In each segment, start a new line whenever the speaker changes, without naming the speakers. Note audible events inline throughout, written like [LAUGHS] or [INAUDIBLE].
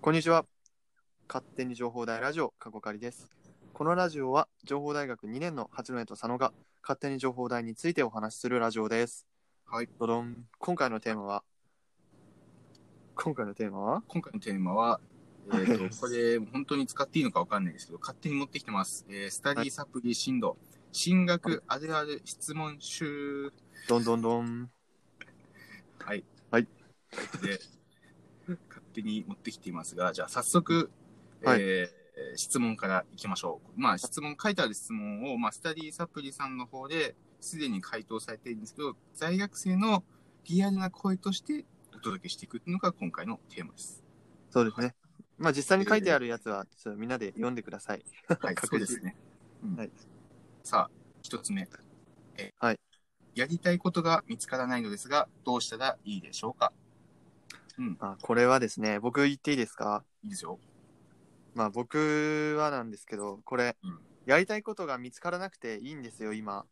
こんにちは。勝手に情報大ラジオ、かこかりです。このラジオは、情報大学2年の八戸と佐野が、勝手に情報大についてお話しするラジオです。
はい。
どどん。今回のテーマは、今回のテーマは
今回のテーマは、えー、とこれ本当に使っていいのかわかんないですけど勝手に持ってきてます、えースタディサプリ進路進学あるある質問集
どんどんどん。
はい
はい
で勝手に持ってきていますがじゃあ早速、えー
はい
えー質問からいきましょうまあ質問書いてある質問を、まあ、スタディサプリさんの方ですでに回答されているんですけど在学生のリアルな声としてお届けしていくのが今回のテーマです
そうですね。まあ実際に書いてあるやつは、ちょっとみんなで読んでください。
はい、
確
そうで
実
すね。うん
はい
さあ、一つ目。え
はい
やりたいことが見つからないのですが、どうしたらいいでしょうか
あこれはですね、僕言っていいですか
いいですよ。
まあ僕はなんですけど、これ、
うん
やりたいことが見つからなくていいんですよ、今。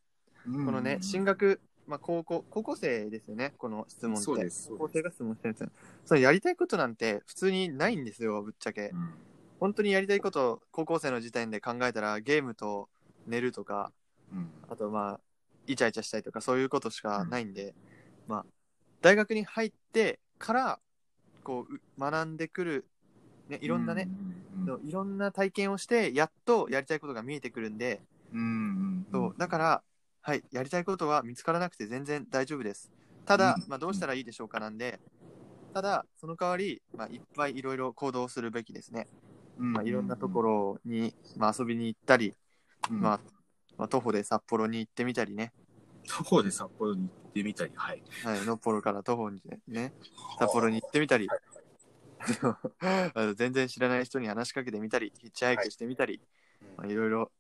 このね、進
学
学、まあ、高校、高校生ですよね、この質問って。
そうです。そう
高校生
です
が質問してるんですよそのやりたいことなんて普通にないんですよ、ぶっちゃけ
う。ん
本当にやりたいこと、高校生の時点で考えたら、ゲームと寝るとか、
うん
あとまあ、イチャイチャしたりとか、そういうことしかないんで、まあ、大学に入ってから、こう、う学んでくる、ね、いろんなね、。
うんうん
のいろんな体験をして、やっとやりたいことが見えてくるんで、
うん。、
そう、だからら、はい、やりたいことは見つからなくて全然大丈夫です。ただ、
うん
まあ、どうしたらいいでしょうかなんで、ただ、その代わり、まあ、いっぱいいろいろ行動するべきですね。まあ、いろんなとこ
ろ、
ろに、まあ、遊びに行ったり、
うん
まあ、まあ、徒歩で札幌に行ってみたりね、
どこで札幌に行ってみたり、はい。
はい、のっぽろから徒歩にね、札幌に行ってみたり、 [LAUGHS] あの全然知らない人に話しかけてみたり、ヒッチハイクしてみたり、まあ、いろいろ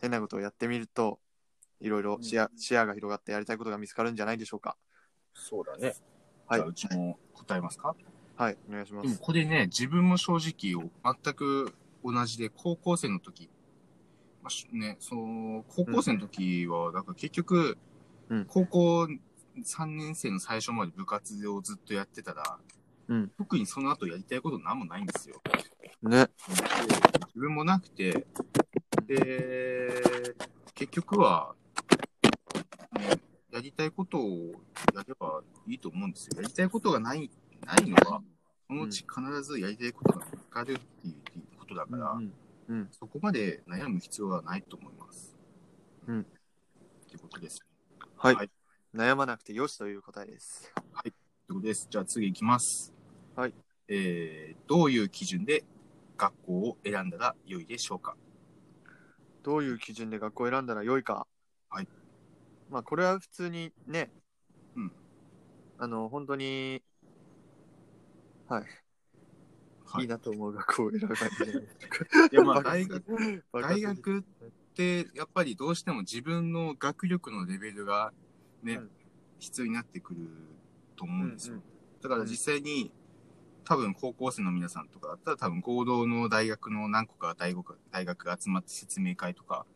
変なことをやってみると、いろいろ視野,、視野が広がってやりたいことが見つかるんじゃないでしょうか。
そうだね。
はい
じゃあうちも答えますか
はい、お願いしま
でも
す。
これね、自分も正直全く同じで、高校生の時、まあしね、その、高校生の時は、なんか結局
うん、
高校3年生の最初まで部活をずっとやってたら、
うん
特にその後やりたいことなんもないんですよ。
ね。
で自分もなくて、で、結局は、ねやりたいことをやればいいと思うんですよ。やりたいことがない、ないのは、そのうち必ずやりたいことが見つかるっていうことだから、
うん
そこまで悩む必要はないと思います。
うん
ってことです。
はい、
はい
悩まなくてよしという答えです。
ってことです。じゃあ次行きます。
はい。
えー、どういう基準で学校を選んだら良いでしょうか
どういう基準で学校を選んだらよいか。
はい。
まあ、これは普通にね、
うん。
あの、本当に、はい、、
はい
いなと思う学校を選ぶ感じゃないですか。
いや、まあ、
バカ
大 [LAUGHS] 学、
バカ
大学って、やっぱりどうしても自分の学力のレベルがね、
うん
必要になってくると思うんですよ。
うん
だから実際に、多分高校生の皆さんとかだったら多分合同の大学の何個か大学が大学が集まって説明会とか、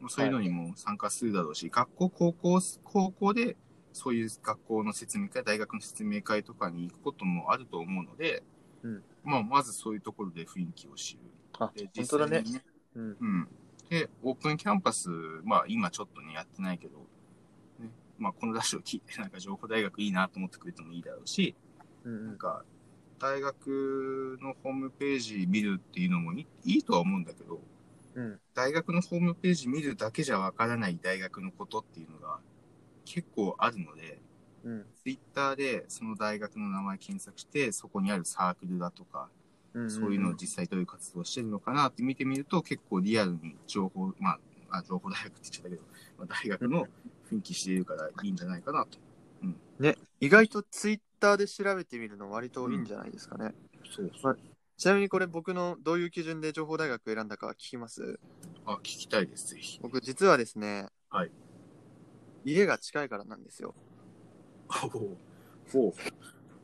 もうそういうのにも参加するだろうし、学校、高校、高校でそういう学校の説明会、大学の説明会とかに行くこともあると思うので、
うん
まあ、まずそういうところで雰囲気を知る。
あ
で、
本当だね
実際。に
うん。
うん。で、オープンキャンパス、まあ今ちょっとね、やってないけど、ね、まあこのラジオ聞いて、なんか情報大学いいなと思ってくれてもいいだろうし、
うん
なん
うん
か、大学のホームページ見るっていうのもいいいとは思うんだけど、
うん
大学のホームページ見るだけじゃわからない大学のことっていうのが結構あるので、
うん
ツイッターでその大学の名前検索して、そこにあるサークルだとか、
うん。
そういうのを実際どういう活動をしてるのかなって見てみると、結構リアルに情報、まあ、あ情報大学って言っちゃったけど、まあ、大学の雰囲気しているからいいんじゃないかなと。
ね、意外とツイッターで調べてみるの割といいんじゃないですかね。
そう
そうちなみにこれ僕のどういう基準で情報大学選んだか聞きます
あ、聞きたいです、ぜひ。
僕実はですね、
はい
家が近いからなんですよ。
おお。おお。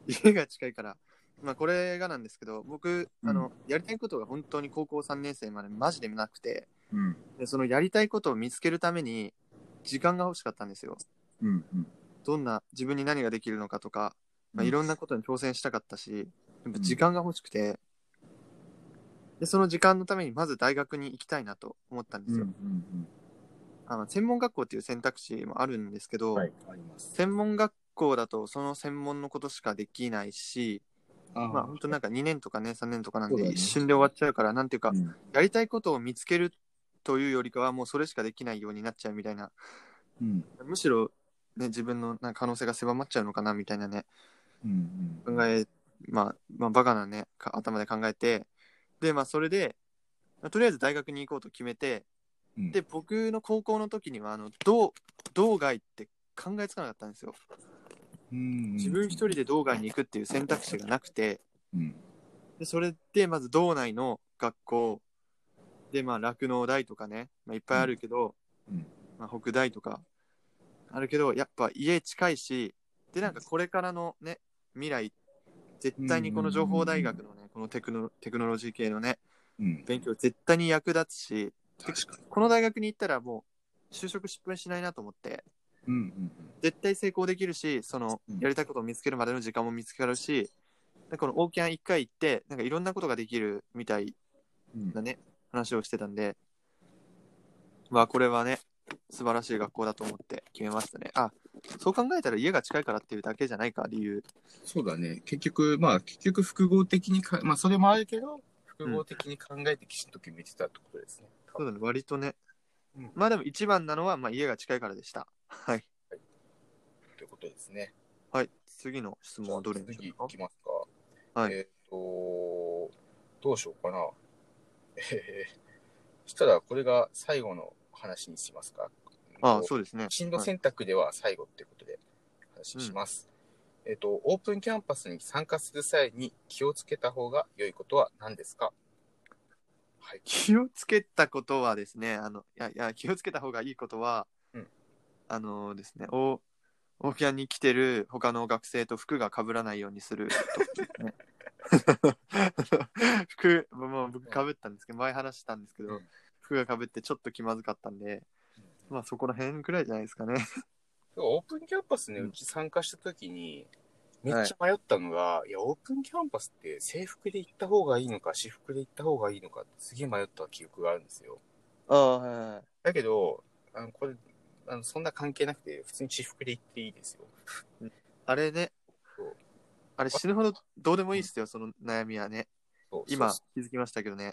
家が近いから、まあこれがなんですけど、僕、
うん
あの、やりたいことが本当に高校3年生までマジでなくて、
うん。
でそのやりたいことを見つけるために時間が欲しかったんですよ。
うん。うん。
どんな、自分に何ができるのかとか、まあ、
うん
いろんなことに挑戦したかったし、やっぱ時間が欲しくて、で、その時間のためにまず大学に行きたいなと思ったんですよ。あの専門学校っていう選択肢もあるんですけど、
はい、あります。
専門学校だとその専門のことしかできないし、
あー
まあ本当なんか2年とかね、3年とかなん
そうだ
で
ね
一瞬で終わっちゃうから、なんていうか
う、ん
やりたいことを見つけるというよりかはもうそれしかできないようになっちゃうみたいな、
うん
むしろ、ね、自分のなんか可能性が狭まっちゃうのかなみたいなね、
うんうん
考え、まあ、まあ、バカなね、か頭で考えて、で、まあ、それで、まあとりあえず大学に行こうと決めて、
うん
で、僕の高校の時には、あの、道、道外って考えつかなかったんですよ。
うん
自分一人で道外に行くっていう選択肢がなくて、
うん
で、それで、まず道内の学校、で、まあ、酪農大とかね、まあ、いっぱいあるけど、
うんうん
まあ、北大とか、あるけど、やっぱ家近いし、で、なんかこれからのね、未来、絶対にこの情報大学のね、このテクノテクノロジー系のね、
うん
勉強絶対に役立つし、
確かに
この大学に行ったらもう、就職失敗しないなと思って、
うんうん
絶対成功できるし、その
うん、
やりたいことを見つけるまでの時間も見つかるし、でこのオーキャン一回行って、なんかいろんなことができるみたい
うん
なね、話をしてたんで、まあこれはね、素晴らしい学校だと思って決めましたね。あ、そう考えたら家が近いからっていうだけじゃないか、理由。
そうだね結局まあ結局複合的にかまあそれもあるけど複合的に考えてきちんと決めてたってことですね、
そうだね、割とね
うん。
まあでも一番なのは、まあ家が近いからでした。はい。
ということですね
はい。次の質問はどれでし
次
ょ
いう
か
きますか
はい
えっ、とどうしようかな [LAUGHS] えー、そしたらこれが最後の話にしますか
ああ、そうですね。
進路
はい
選択では最後ってことで話します。えっと、オープンキャンパスに参加する際に気をつけた方が良いことは何ですかはい。
気をつけたことはですね、あの、いやいや、気をつけた方がいいことは、
うん
あのですね、お、オーキャンに来てる他の学生と服が被らないようにするとか [LAUGHS] ね。服、もう僕被ったんですけど、前話したんですけど、
うん
服が被ってちょっと気まずかったんで、まあそこら辺くらいじゃないですかね。
オープンキャンパスね、
うん
うち参加した時に、めっちゃ迷ったのが、い、や、オープンキャンパスって制服で行った方がいいのか、私服で行った方がいいのかってすげえ迷った記憶があるんですよ。
ああ、はいはい。
だけど、あの、これ、あのそんな関係なくて、普通に私服で行っていいですよ。
あれね
そう、
あれ死ぬほどどうでもいいっすよ、その悩みはね。
そう
今
そう
気づきましたけどね。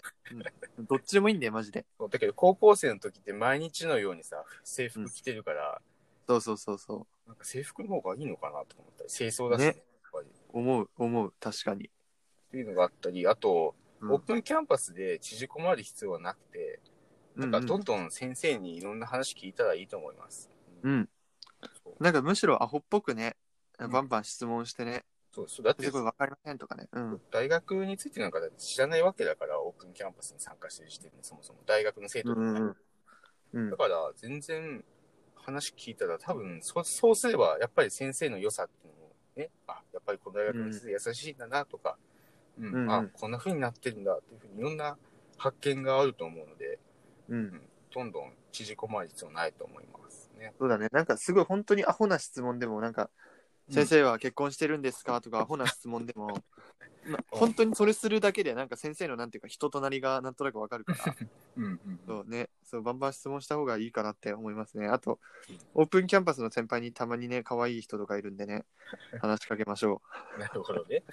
うんどっちでもいいんだよ、マジで。
そうだけど、高校生の時って毎日のようにさ、制服着てるから、
そうそうそうそ
なんか制服の方がいいのかなとか思ったり、清掃だしね、
ね
やっぱり。
う。思う、思う、確かに。
っていうのがあったり、あと、
うん
オープンキャンパスで縮こまる必要はなくて、なんか
うん
どんどん先生にいろんな話聞いたらいいと思います。
うん、うん。
そう
なんかむしろアホっぽくね、
ん
バンバン質問してね、
そうそうだって
すごいわかりませんとかね。うん。
大学についてなんかだって知らないわけだから、オープンキャンパスに参加してる時点で、そもそも大学の生徒
う
だから
んうんうん
だ。から全然話聞いたら多分そそうすればやっぱり先生の良さっていうのもねあやっぱりこの大学の先生優しいんだなとか、
う
うん
んうん
あこんな風になってるんだっていうふうにいろんな発見があると思うので、
う。
うんん、どんどん縮こまる必要ないと思いますね。
そうだね。なんかすごい本当にアホな質問でも、なんか、先生は結婚してるんですかとか、アホな質問で
[LAUGHS]
も、ま本当にそれするだけで、なんか先生のなんていうか人となりがなんとなくわかるから、
[LAUGHS] うんうんうん
そうね、そう、バンバン質問した方がいいかなって思いますね。あと、オープンキャンパスの先輩にたまにね、可愛い人とかいるんでね、
[LAUGHS]
話しかけましょ
なるほど
[LAUGHS]
ね。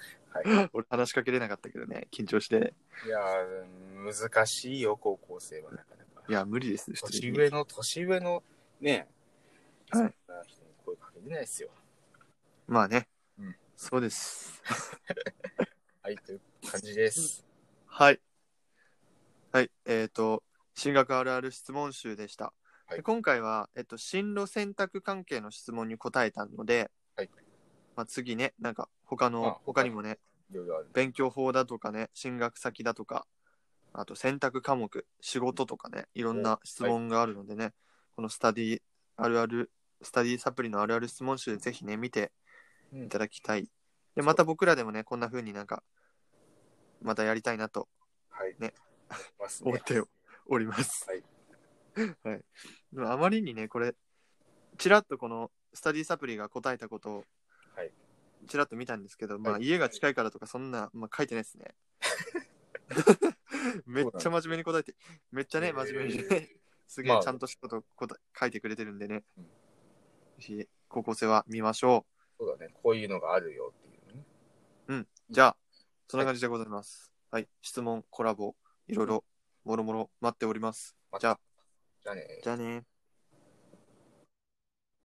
う。俺話しかけれなかったけどね、緊張して。
いやー難しいよ高校生はなかなか。
いや、無理です、普通
年
に。
上の年上のね、
はい
そんな人に声かけれないですよ。
まあね、
うん
そうです。
はい、という感じです。
はい。はい、えっ、と、進学あるある質問集でした。
はい
で今回は、えっと、進路選択関係の質問に答えたので、
はい
まあ、次ね、なんか他
あ
の、他にもね、
いろいろある。
勉強法だとかね、進学先だとか、あと選択科目、仕事とかね、いろんな質問があるのでね、このスタディあるある、スタディサプリのあるある質問集でぜひね、見て
うん
いただきたい。で、また僕らでもね、こんな風になんか、またやりたいなと
はい。
ね。
ますね
思っております。
はい。
[LAUGHS] はい。でもあまりにね、これ、ちらっとこのスタディサプリが答えたことを、
はい
ちらっと見たんですけど、まあ、
はい
[LAUGHS] 家が近いからとか、そんな、まあ、書いてないですね。めっちゃ真面目に答えて、めっちゃね、真面目に [LAUGHS] ね、すげえ
まあ
ちゃんとしたこと答え書いてくれてるんでね、
うん
ぜひ高校生は見ましょ
そうだね。こういうのがあるよっていうね。
う。じゃあ、そんな感じでございます。はい、質問、コラボ、いろいろ、もろもろ待っております。
また
じゃあ、
じゃあね。
じゃあね